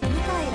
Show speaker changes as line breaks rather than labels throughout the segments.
蘭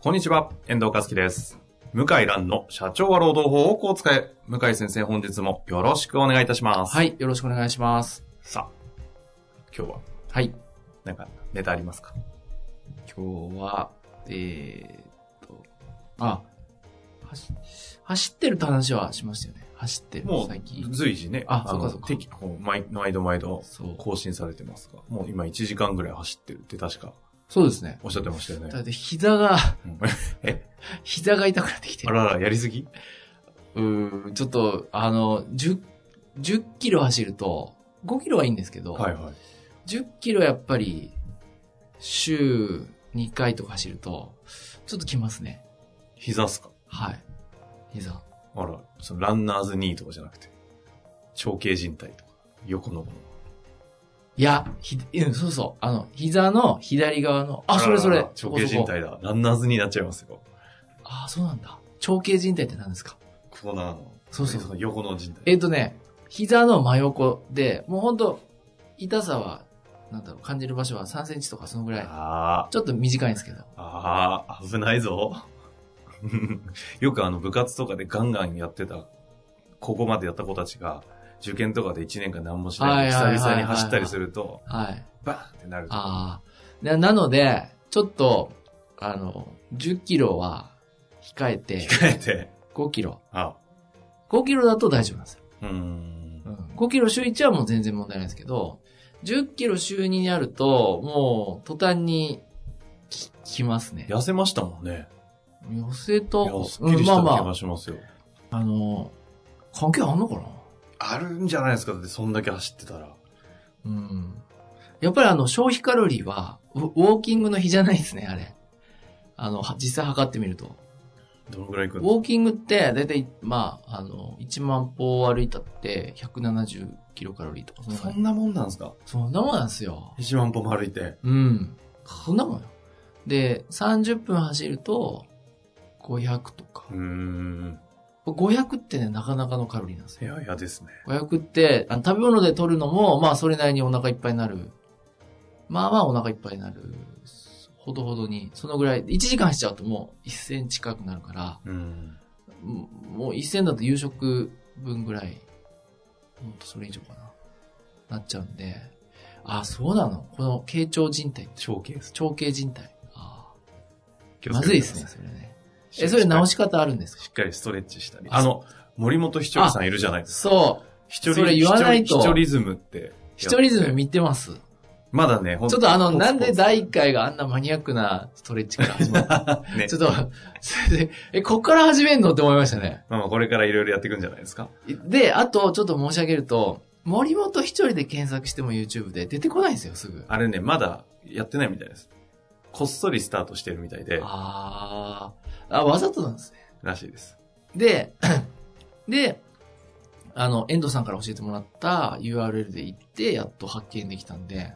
こんにちは、遠藤和樹です。向井蘭の社長は労働法をこう使え。向井先生、本日もよろしくお願いいたします。
はい、よろしくお願いします。
さあ、今日は、
はい、
なんか、ネタありますか
今日は、えー、っと、あ、走走ってるって話はしましたよね。走ってる、最近。
随時ね、
あ
の
そうかそうか
適こう毎毎度毎度
そう
更新されてますが、もう今1時間ぐらい走ってるって確か
そうですね。
おっしゃってましたよね
だ。って膝が、
うん
膝が痛くなってきて
あ。らら、やりすぎ
うーん、ちょっと、あの、10、10キロ走ると、5キロはいいんですけど、
はいはい。
10キロやっぱり、週2回とか走ると、ちょっときますね。
膝っすか
はい。膝。
あら、そのランナーズニーとかじゃなくて、長径靭帯とか、横のもの。
いや、ひ、うん、そうそう。あの、膝の左側の、あ、それそ
ら
れ
ら。
そ
長
こ
径
そ
靭
こ。
帯だ。ランナーズニーになっちゃいますよ。
あ、そうなんだ。長径靭帯って何ですか
コーナーの。
そうそうそう
の横の人体。
えっ、とね、膝の真横で、もうほんと、痛さは、なんだろう、感じる場所は3センチとかそのぐらい。
あ
ちょっと短いんですけど。
あ、ああ、危ないぞ。 よくあの部活とかでガンガンやってた、ここまでやった子たちが、受験とかで1年間何もしないで
はいはいはい
久
は
々
い
に走ったりすると、
はい。
バーンってなると。
ああ。ななので、ちょっと、あの、10キロは控 えて、
控えて、
5キロ。
あ、
5キロだと大丈夫なんですよ。
うーん。
5キロ週1はもう全然問題ないですけど、10キロ週2になると、もう、途端に、き、きますね。
痩せましたもんね。
寄せ
い
と
や、、すっきりした
うんま
気
あま
が
あ、
しますよ。
あの、関係あんのかな
あるんじゃないですかだってそんだけ走ってたら。
うん。やっぱりあの、消費カロリーは、ウウォーキングの比じゃないですね、あれ。あの、は実際測ってみると。
どのぐらいいく
ウ
んです
ォーキングって、だいたい、まあ、あの、1万歩歩いたって、170キロカロリーとか。そんな
か
感
そ
じ
んなもんなんですか
そんなもんなんですよ。
?1 万歩も歩いて。
うん。そんなもんよ。で、30分走ると、500とか
う。ーん。
500ってね、なかなかのカロリーなんです
い
よ。
や、いやですね。
500って、あの食べ物で取るのも、まあ、それなりにお腹いっぱいになる。まあまあお腹いっぱいになる。ほどほどに。そのぐらい。1時間しちゃうともう1センチ近くなるから、
うん。
ももう1センだと夕食分ぐらい、ほんとそれ以上かな。なっちゃうんで。あ、そうなのこの、傾聴人体。
長径です。
長径人体。あ
気
あ。
をつ
ま
けて
ずい
く
で
ださ
すね、それね。え、それ直し方あるんですか
しっかりストレッチしたり。あの、森本ひちょりさんいるじゃないですか。
そう。
ひちょり、
それ言わないと
ひちょりズムってやって。
ヒチョリズム見てます。
まだね、ほん
ちょっとあの、なんで第1回があんなマニアックなストレッチから始まった
回ね
ちょ。っと、それで、え、こっから始めんのって思いましたね。
まあまあこれからいろいろやっていくんじゃないですか。
で、あと、ちょっと申し上げると、森本ひとりで検索しても YouTube で出てこないんですよ、すぐ。
あれね、まだやってないみたいです。こっそりスタートしてるみたいで、
あーあ、わざとなんですね。
らしいです。
で、で、あの、遠藤さんから教えてもらった URL で行って、やっと発見できたんで、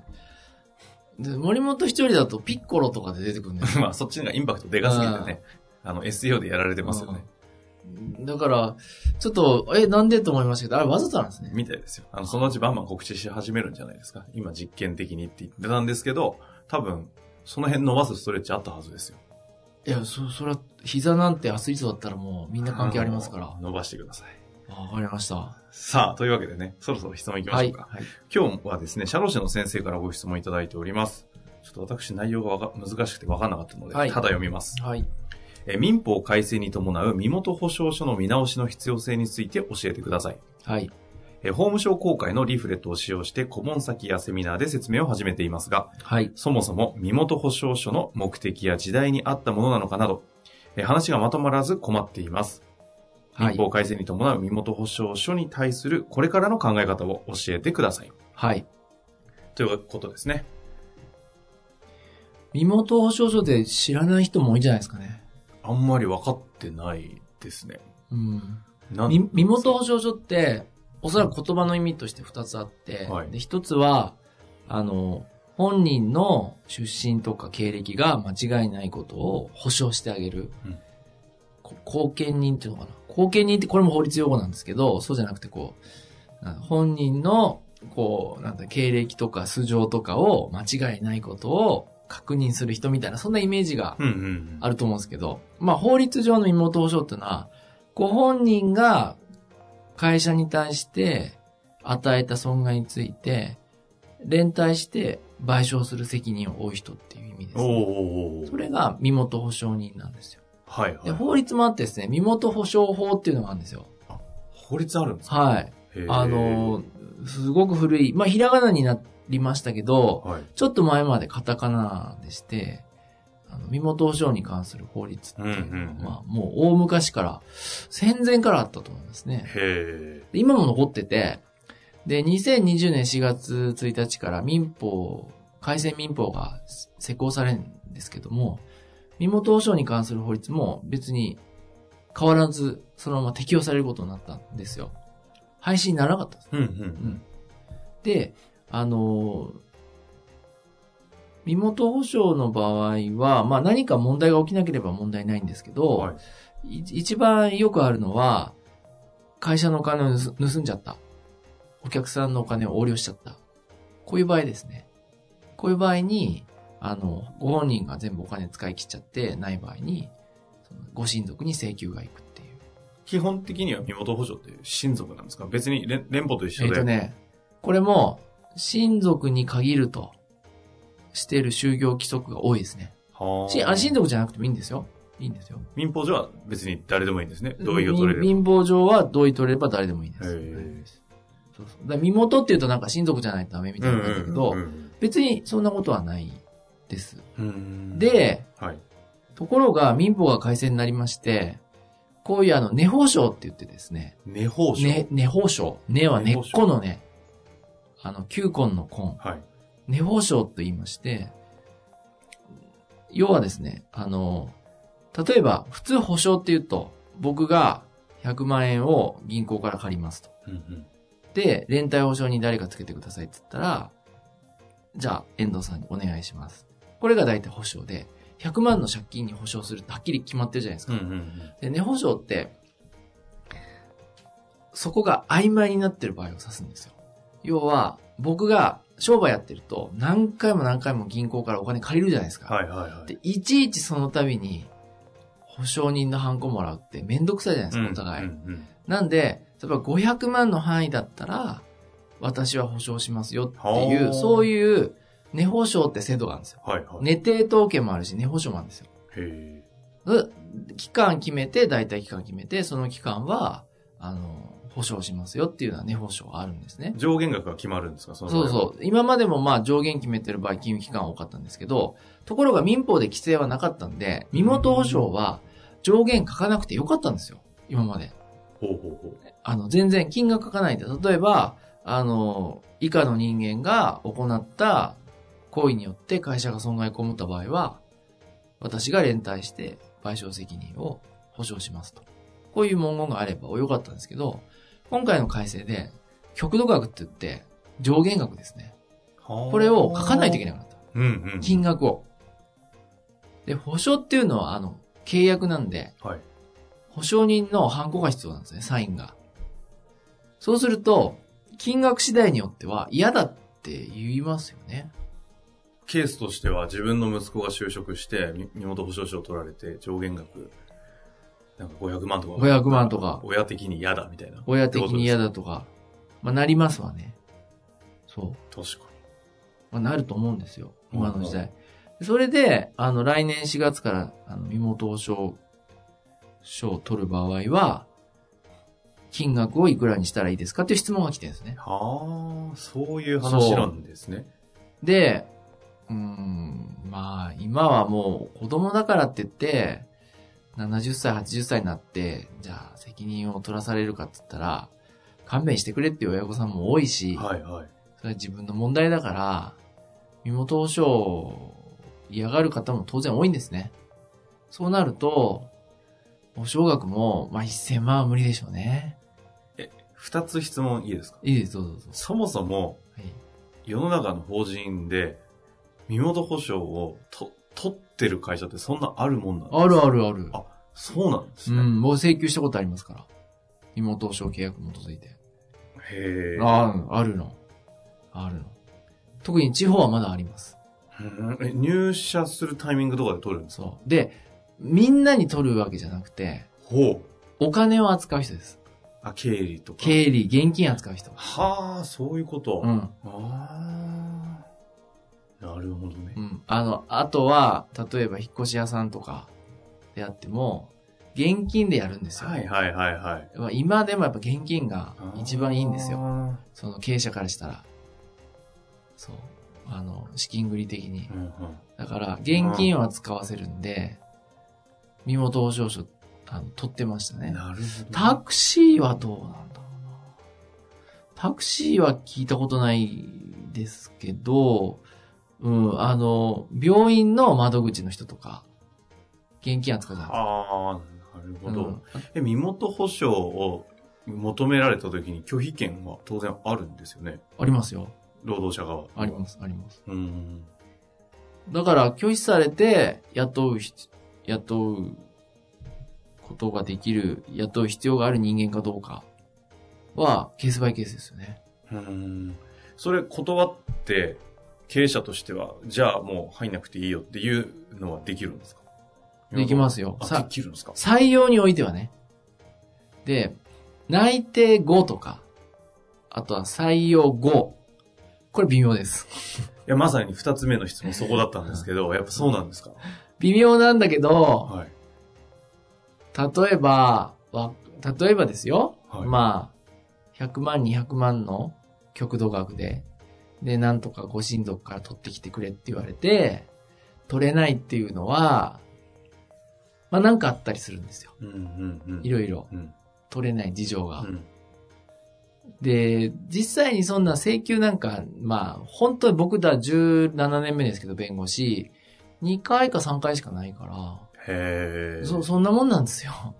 で森本ひとりだとピッコロとかで出てくるんですよ。
まあそっちのがインパクトでかすぎてね、あの SEO でやられてますよね。
だから、ちょっと、え、なんでと思いましたけど、あれわざとなんですね。
みたいですよ。あの、そのうちバンバン告知し始めるんじゃないですか。今実験的にって言ってたんですけど、多分、その辺伸ばすストレッチあったはずですよ。
いや、そ、それは、膝なんてアスリートだったらもうみんな関係ありますから。
の伸ばしてください。
あわかりました。
さあ、というわけでね、そろそろ質問いきま
は
しょう
い。
か。
はい
今日はですね、社労士の先生からご質問いただいております。ちょっと私内容がわか難しくて分からなかったので、
はい
ただ読みます。
はい。
えー民法改正に伴う身元保証書の見直しの必要性について教えてください。
はい。
えー法務省公開のリーフレットを使用して顧問先やセミナーで説明を始めていますが、
はい。
そもそも身元保証書の目的や時代に合ったものなのかなど、えー話がまとまらず困っています。
は
民
い。
法改正に伴う身元保証書に対するこれからの考え方を教えてください。
はい。
ということですね。
身元保証書で知らない人も多いんじゃないですかね。
あんまり分かってないですね。
うん。
なん
み身元保証書って、おそらく言葉の意味として二つあって、
はい
で一つは、あの、本人の出身とか経歴が間違いないことを保証してあげる。
うん
こ後見人っていうのかな。後見人ってこれも法律用語なんですけど、そうじゃなくてこう、なん本人の、こう、なんだ、経歴とか素性とかを間違いないことを確認する人みたいな、そんなイメージが
うんうんうん。
あると思うんですけど、まあ法律上の身元保証っていうのは、ご本人が会社に対して与えた損害について、連帯して賠償する責任を負う人っていう意味です
おー
ね、
おーおー
それが身元保証人なんですよ。
はいはい
で、。法律もあってですね、身元保証法っていうのがあるんですよ。
法律あるんですか
はい。
へー
あの、すごく古い、まあひらがなになりましたけど、
はい。
ちょっと前までカタカナでして、あの身元保証に関する法律っていうのは、
うんうんうん
まあ、もう大昔から、戦前からあったと思いますね。
へ
で今も残ってて、で、2020年4月1日から民法、改正民法が施行されるんですけども、身元保証に関する法律も別に変わらずそのまま適用されることになったんですよ。廃止にならなかったんです
え。うんうん。
で、あのー身元保証の場合は、まあ何か問題が起きなければ問題ないんですけど、
はい
い一番よくあるのは、会社のお金を盗盗んじゃった。お客さんのお金を横領しちゃった。こういう場合ですね。こういう場合に、あの、ご本人が全部お金使い切っちゃってない場合に、そのご親族に請求がいくっていう。
基本的には身元保証って親族なんですか別に連連邦と一緒
えっ、
で。
とね、これも、親族に限ると、している就業規則が多いですね。
は
し
あ
あ親族じゃなくてもいいんですよ。いいんですよ。
民法上は別に誰でもいいんですね。同意を取れる。
民民法上は同意取れれば誰でもいいで
へ
す。
え
はいそうそう。だから身元っていうとなんか親族じゃないとダメみたいになるんだけど、
うん
別にそんなことはないです。
うんうん、
で、
はい。
ところが民法が改正になりまして、こういうあの、根保証って言ってですね、
根法証。
根、根保証。根は根っこの根。あの、球根の根。
はい。
根保証と言いまして、要はですね、あの、例えば、普通保証って言うと、僕が100万円を銀行から借りますと。
うんうん
で、連帯保証に誰かつけてくださいって言ったら、じゃあ、遠藤さんにお願いします。これが大体保証で、100万の借金に保証するってはっきり決まってるじゃないです
う
か。
んうんうん
で、根保証って、そこが曖昧になってる場合を指すんですよ。要は、僕が商売やってると、何回も何回も銀行からお金借りるじゃないですか。
はいはいはい。
で、いちいちその度に、保証人のハンコもらうってめんどくさいじゃないですか、お互い。
うんうんうん
なんで、例えば500万の範囲だったら、私は保証しますよってい
はあ
う、そういう、根保証って制度があるんですよ。
はいはい。
寝定統計もあるし、根保証もあるんですよ。
へえ。
う期間決めて、大体期間決めて、その期間は、あの、保証しますよっていうようなね、保証があるんですね。
上限額が決まるんですかその場合
そ
は
うそう。今までもまあ上限決めてる場合、金融機関は多かったんですけど、ところが民法で規制はなかったんで、身元保証は上限書かなくてよかったんですよ。今まで。
ほうほうほう。
あの、全然金額書かないんで、例えば、あの、以下の人間が行った行為によって会社が損害を被った場合は、私が連帯して賠償責任を保証しますと。こういう文言があればよかったんですけど、今回の改正で、極度額って言って、上限額ですね。これを書かないといけ
ない。
なくなった。
うんうん。
金額を。で、保証っていうのは、あの、契約なんで、
はい。
保証人のハンコが必要なんですね、サインが。そうすると、金額次第によっては嫌だって言いますよね。
ケースとしては自分の息子が就職してみ身元保証書を取られて上限額なんか500万とか
500万とか、
親的に嫌だみたいな
親的に嫌だとか、まあなりますわね。そう。
確か
まあなると思うんですよ、今の時代。それで、あの、来年4月から、あの、身元保証書を取る場合は、金額をいくらにしたらいいですかっていう質問が来てるんですね
に。はあそういう話なんですね
で、うーん、まあ、今はもう子供だからって言って、70歳、80歳になって、じゃあ責任を取らされるかって言ったら、勘弁してくれっていう親御さんも多いし、
はいはい
それは自分の問題だから、身元保証嫌がる方も当然多いんですね。そうなると、保証額も、まあ、1000万は無理でしょうね。
二つ質問いいですか
いいです、どうぞどうぞ。
そもそも、
はい。
世の中の法人で、身元保証をと取ってる会社ってそんなあるもんなんですか
あるあるある。
あそうなんです
う
ね。
ん、もう請求したことありますから。妹保証契約に基づいて。
へえ。
ああ、あるの。あるの。特に地方はまだあります。
うんえ入社するタイミングとかで取るんですか
そう。で、みんなに取るわけじゃなくて、
ほう。
お金を扱う人です。
あ、経理とか。
経理、現金扱う人。
はあ、そういうこと。
うん。
ああ。なるほどね
う。ん。あの、あとは、例えば引っ越し屋さんとかであっても、現金でやるんですよ。
はいはいはいはい。
まあ今でもやっぱ現金が一番いいんですよ。
よ。
その経営者からしたら。そう。あの、資金繰り的に
う。んうん
だから、現金は使わせるんで、身元保証書、あの、取ってましたね。
なるほど。
タクシーはどうなんだろうな。タクシーは聞いたことないですけど、うん、あの、病院の窓口の人とか、現金扱うじゃない
ああ、なる
で
ほ
す
ど、
か。うん
え、身元保証を求められた時に拒否権は当然あるんですよね。
ありますよ。
労働者側。
あります、あります。
うん。
だから、拒否されて、雇うひ、雇うことができる、雇う必要がある人間かどうかは、ケースバイケースですよね。
うん。それ断って、経営者としては、じゃあもう入んなくていいよっていうのはできるんですか
できますよ。
あ、
さ
できるんですか
採用においてはね。で、内定後とか、あとは採用後。これ微妙です。
いや、まさに二つ目の質問そこだったんですけ ど、やっぱそうなんですか
微妙なんだけど、
はい。
例えば、わ例えばですよ。
はい
まあ、100万、200万の極度額で、で、なんとかご親族から取ってきてくれって言われて、取れないっていうのは、まあなんかあったりするんですよ。
うんうんうん。
いろいろ。
うん。
取れない事情が。
うん。
で、実際にそんな請求なんか、まあ、本当に僕だ17年目ですけど、弁護士、2回か3回しかないか
へ
ら、
え。
そ、そんなもんなんですよ。だか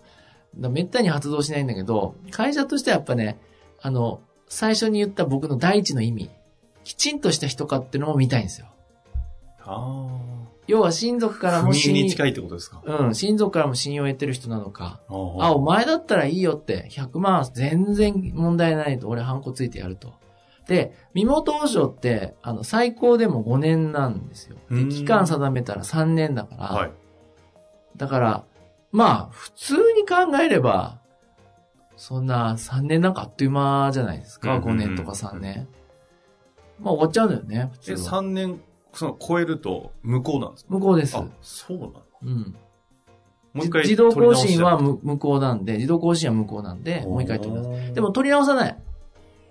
らめったに発動しないんだけど、会社としてはやっぱね、あの、最初に言った僕の第一の意味、きちんとした人かってのも見たいんですよ。
あ
要は親族か
あ。
らも
不
信
眠に近いってことですか
うん、親族からも信用を得てる人なのか、
あー
あ、お前だったらいいよって、100万全然問題ないと、俺ハンコついてやると。で、身元保証って、あの、最高でも5年なんですよ。
う
で、
ん
期間定めたら3年だから、
はい。
だから、まあ、普通に考えれば、そんな3年なんかあっという間じゃないですか、
うんうんう
5
ん
年とか3年。まあ、終わっちゃうんだよね、普通
え、
は。
3年、その、超えると、無効なんですか
無効です。
あ、そうなの
うん。
もう一回
自動更新は無無効なんで、自動更新は無効なんで、
取り直して、
もう一回取ります。
ます
でも、取り直さない。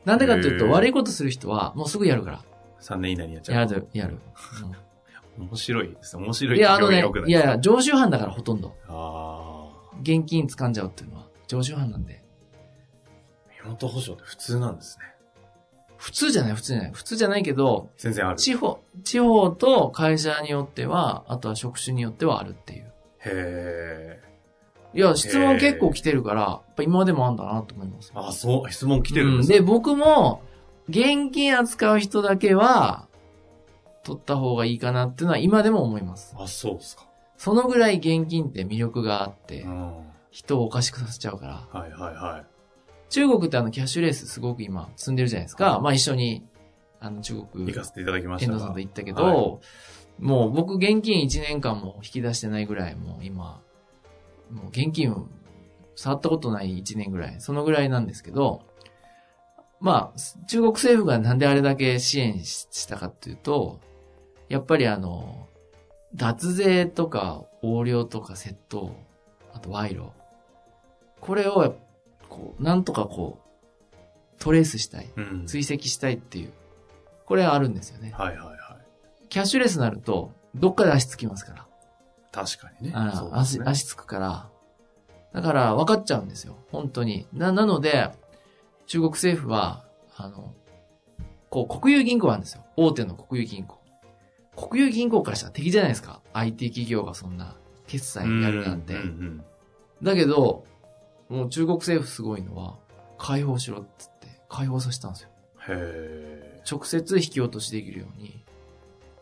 なんでかっていう
へ
と、
ー
悪いことする人は、もうすぐやるから。
3年以内にやっちゃ
や
う。
る、やる。
面白いですね。面
う
白
ん
い。
いや、あの
表現
ね
良く、ない
いやいや、常習犯だからほとんど。
ああ。
現金掴んじゃうっていうのは、常習犯なんで。
身元保証って普通なんですね。
普通じゃない、普通じゃない。普通じゃないけど、
全然ある。
地方、地方と会社によっては、あとは職種によってはあるっていう。
へえ。
いや、質問結構来てるから、やっぱ今までもあんだなと思います。
あ、そう、質問来てるん
う
で
ん
すね。
で、僕も、現金扱う人だけは、取った方がいいかなっていうのは今でも思います。
あ、そうですか。
そのぐらい現金って魅力があって
う、ん。は
人をおかしくさせちゃうから。
いはいはい。
中国ってあのキャッシュレースすごく今積んでるじゃないですか。まあ一緒に、あの中国
行、かせていただきまし
遠
た
藤さん
が
と。行ったけ
は
ど、もう僕現金1年間も引き出してないぐらい、もう今、もう現金を触ったことない1年ぐらい、そのぐらいなんですけど、まあ、中国政府がなんであれだけ支援ししたかっていうと、やっぱりあの、脱税とか横領とか窃盗、あと賄賂。これを、こう、なんとかこう、トレースしたい、
うん。
追跡したいっていう、これはあるんですよね。
はいはいはい。
キャッシュレスになると、どっかで足つきますから。
確かにね。
あ
そう
ら、
です
足、
ね
足つくから。だから、分かっちゃうんですよ。本当に。な、なので、中国政府は、あの、こう、国有銀行なんですよ。大手の国有銀行。国有銀行からしたら敵じゃないですか。IT 企業がそんな決済やるなんて。
うんうん
だけど、もう中国政府すごいのは、解放しろっつって、解放させたんですよ。
へえ。
直接引き落としできるように、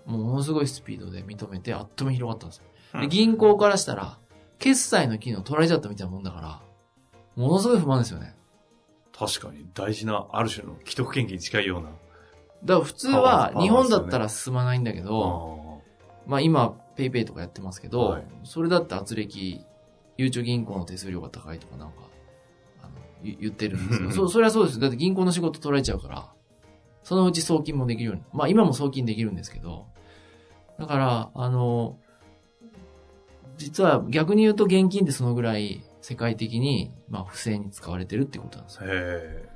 もうものすごいスピードで認めて、あっという間に広がったんですよ。で
うん
銀行からしたら、決済の機能取られちゃったみたいなもんだから、ものすごい不満ですよね。
確かに大事な、ある種の既得権益に近いような。
だから普通
パワーパ
は
ワー
日本だったら進まないんだけ
あ
ど、まあ今、ペイペイとかやってますけど、
はい
それだって圧力、ゆうちょ銀行の手数料が高いとかなんか、あの、ゆ言ってるん ですけど、そ、それはそうですよ。だって銀行の仕事取られちゃうから、そのうち送金もできるように、まあ今も送金できるんですけど、だから、あの、実は逆に言うと現金ってそのぐらい世界的に、まあ不正に使われてるってことなんですよ。
ーへ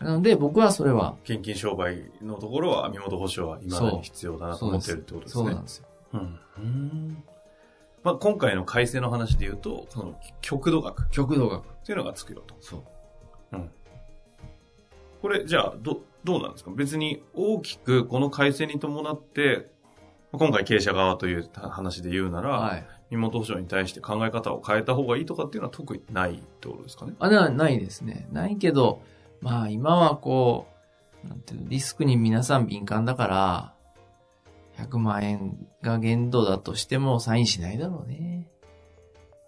なので僕はそれは、
え。献金商売のところは身元保証は未だに必要だなと思ってるってことです
そう
ね
なん。ですよ。
うんうんまあ、今回の改正の話で言うと、その極度額っ
極度が。
ていうのがつくよと。
そう。
これ、じゃあ、ど、どうなんですか別に大きくこの改正に伴って、今回経営者側という話で言うなら、
はい。
身元保証に対して考え方を変えた方がいいとかっていうのは特にないってことですかね。
あ、な、ないですね。ないけど、まあ今はこう、なんていうのリスクに皆さん敏感だから、100万円が限度だとしてもサインしないだろうね。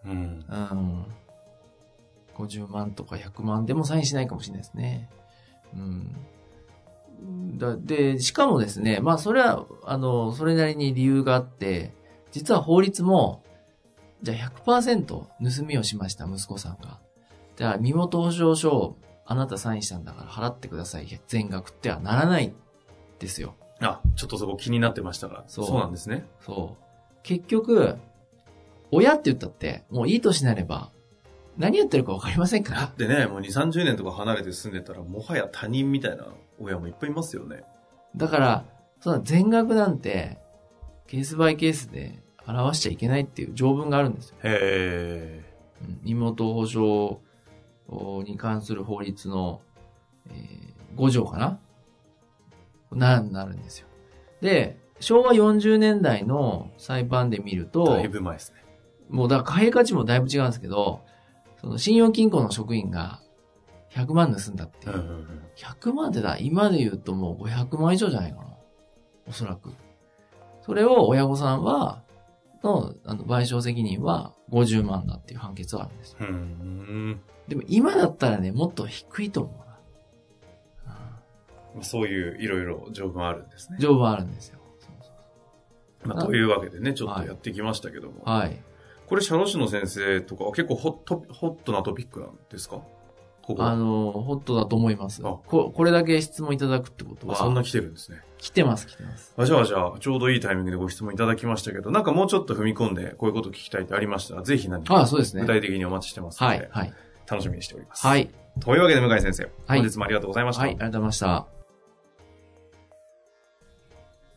うん。
うん。50万とか100万でもサインしないかもしれないですね。うん。だで、しかもですね、まあそれは、あの、それなりに理由があって、実は法律も、じゃあ100%盗みをしました、息子さんが。じゃあ身元保証書をあなたサインしたんだから払ってください、全額ってはならないですよ。
あ、ちょっとそこ気になってましたが、
そう
そうなんですね。
そう。結局、親って言ったって、もういい年になれば、何やってるか分かりませんか
だ
ら
っ。てね、もう2、30年とか離れて住んでたら、もはや他人みたいな親もいっぱいいますよね。
だから、その全額なんて、ケースバイケースで表しちゃいけないっていう条文があるんですよ。
へえ。
うん身元保証に関する法律の、えー5条かなな、なるんですよ。で、昭和40年代の裁判で見ると
だい、ぶ前ですね。
もうだから貨幣価値もだいぶ違うんですけど、その信用金庫の職員が100万盗んだっていう。
ん。
100万ってだ、今で言うともう500万以上じゃないかな。おそらく。それを親御さんは、の、あの、賠償責任は50万だっていう判決はあるんですよ。
うん。
でも今だったらね、もっと低いと思うな。
そういういろいろ条文あるんですね
うん。条文あるんですよ。そうそう
まあ、というわけでね、ちょっとやってきましたけども。
はい。
これ、社労士の先生とかは結構ホットホットなトピックなんですかここ
あ
あ
の、ホットだと思います。
あ
ここれだけ質問いただくってことは、
そんな来てるんですね。
来てます、来てます。
あじゃあじゃあ、ちょうどいいタイミングでご質問いただきましたけど、なんかもうちょっと踏み込んで、こういうこと聞きたいってありましたら、ぜひ何か
あそうです
具
ね。
体的にお待ちしてますの
は
で、
い、はい。
楽しみにしております。
はい。
というわけで、向井先生、
はい
本日もありがとうございました。
はい、ありがとうございました。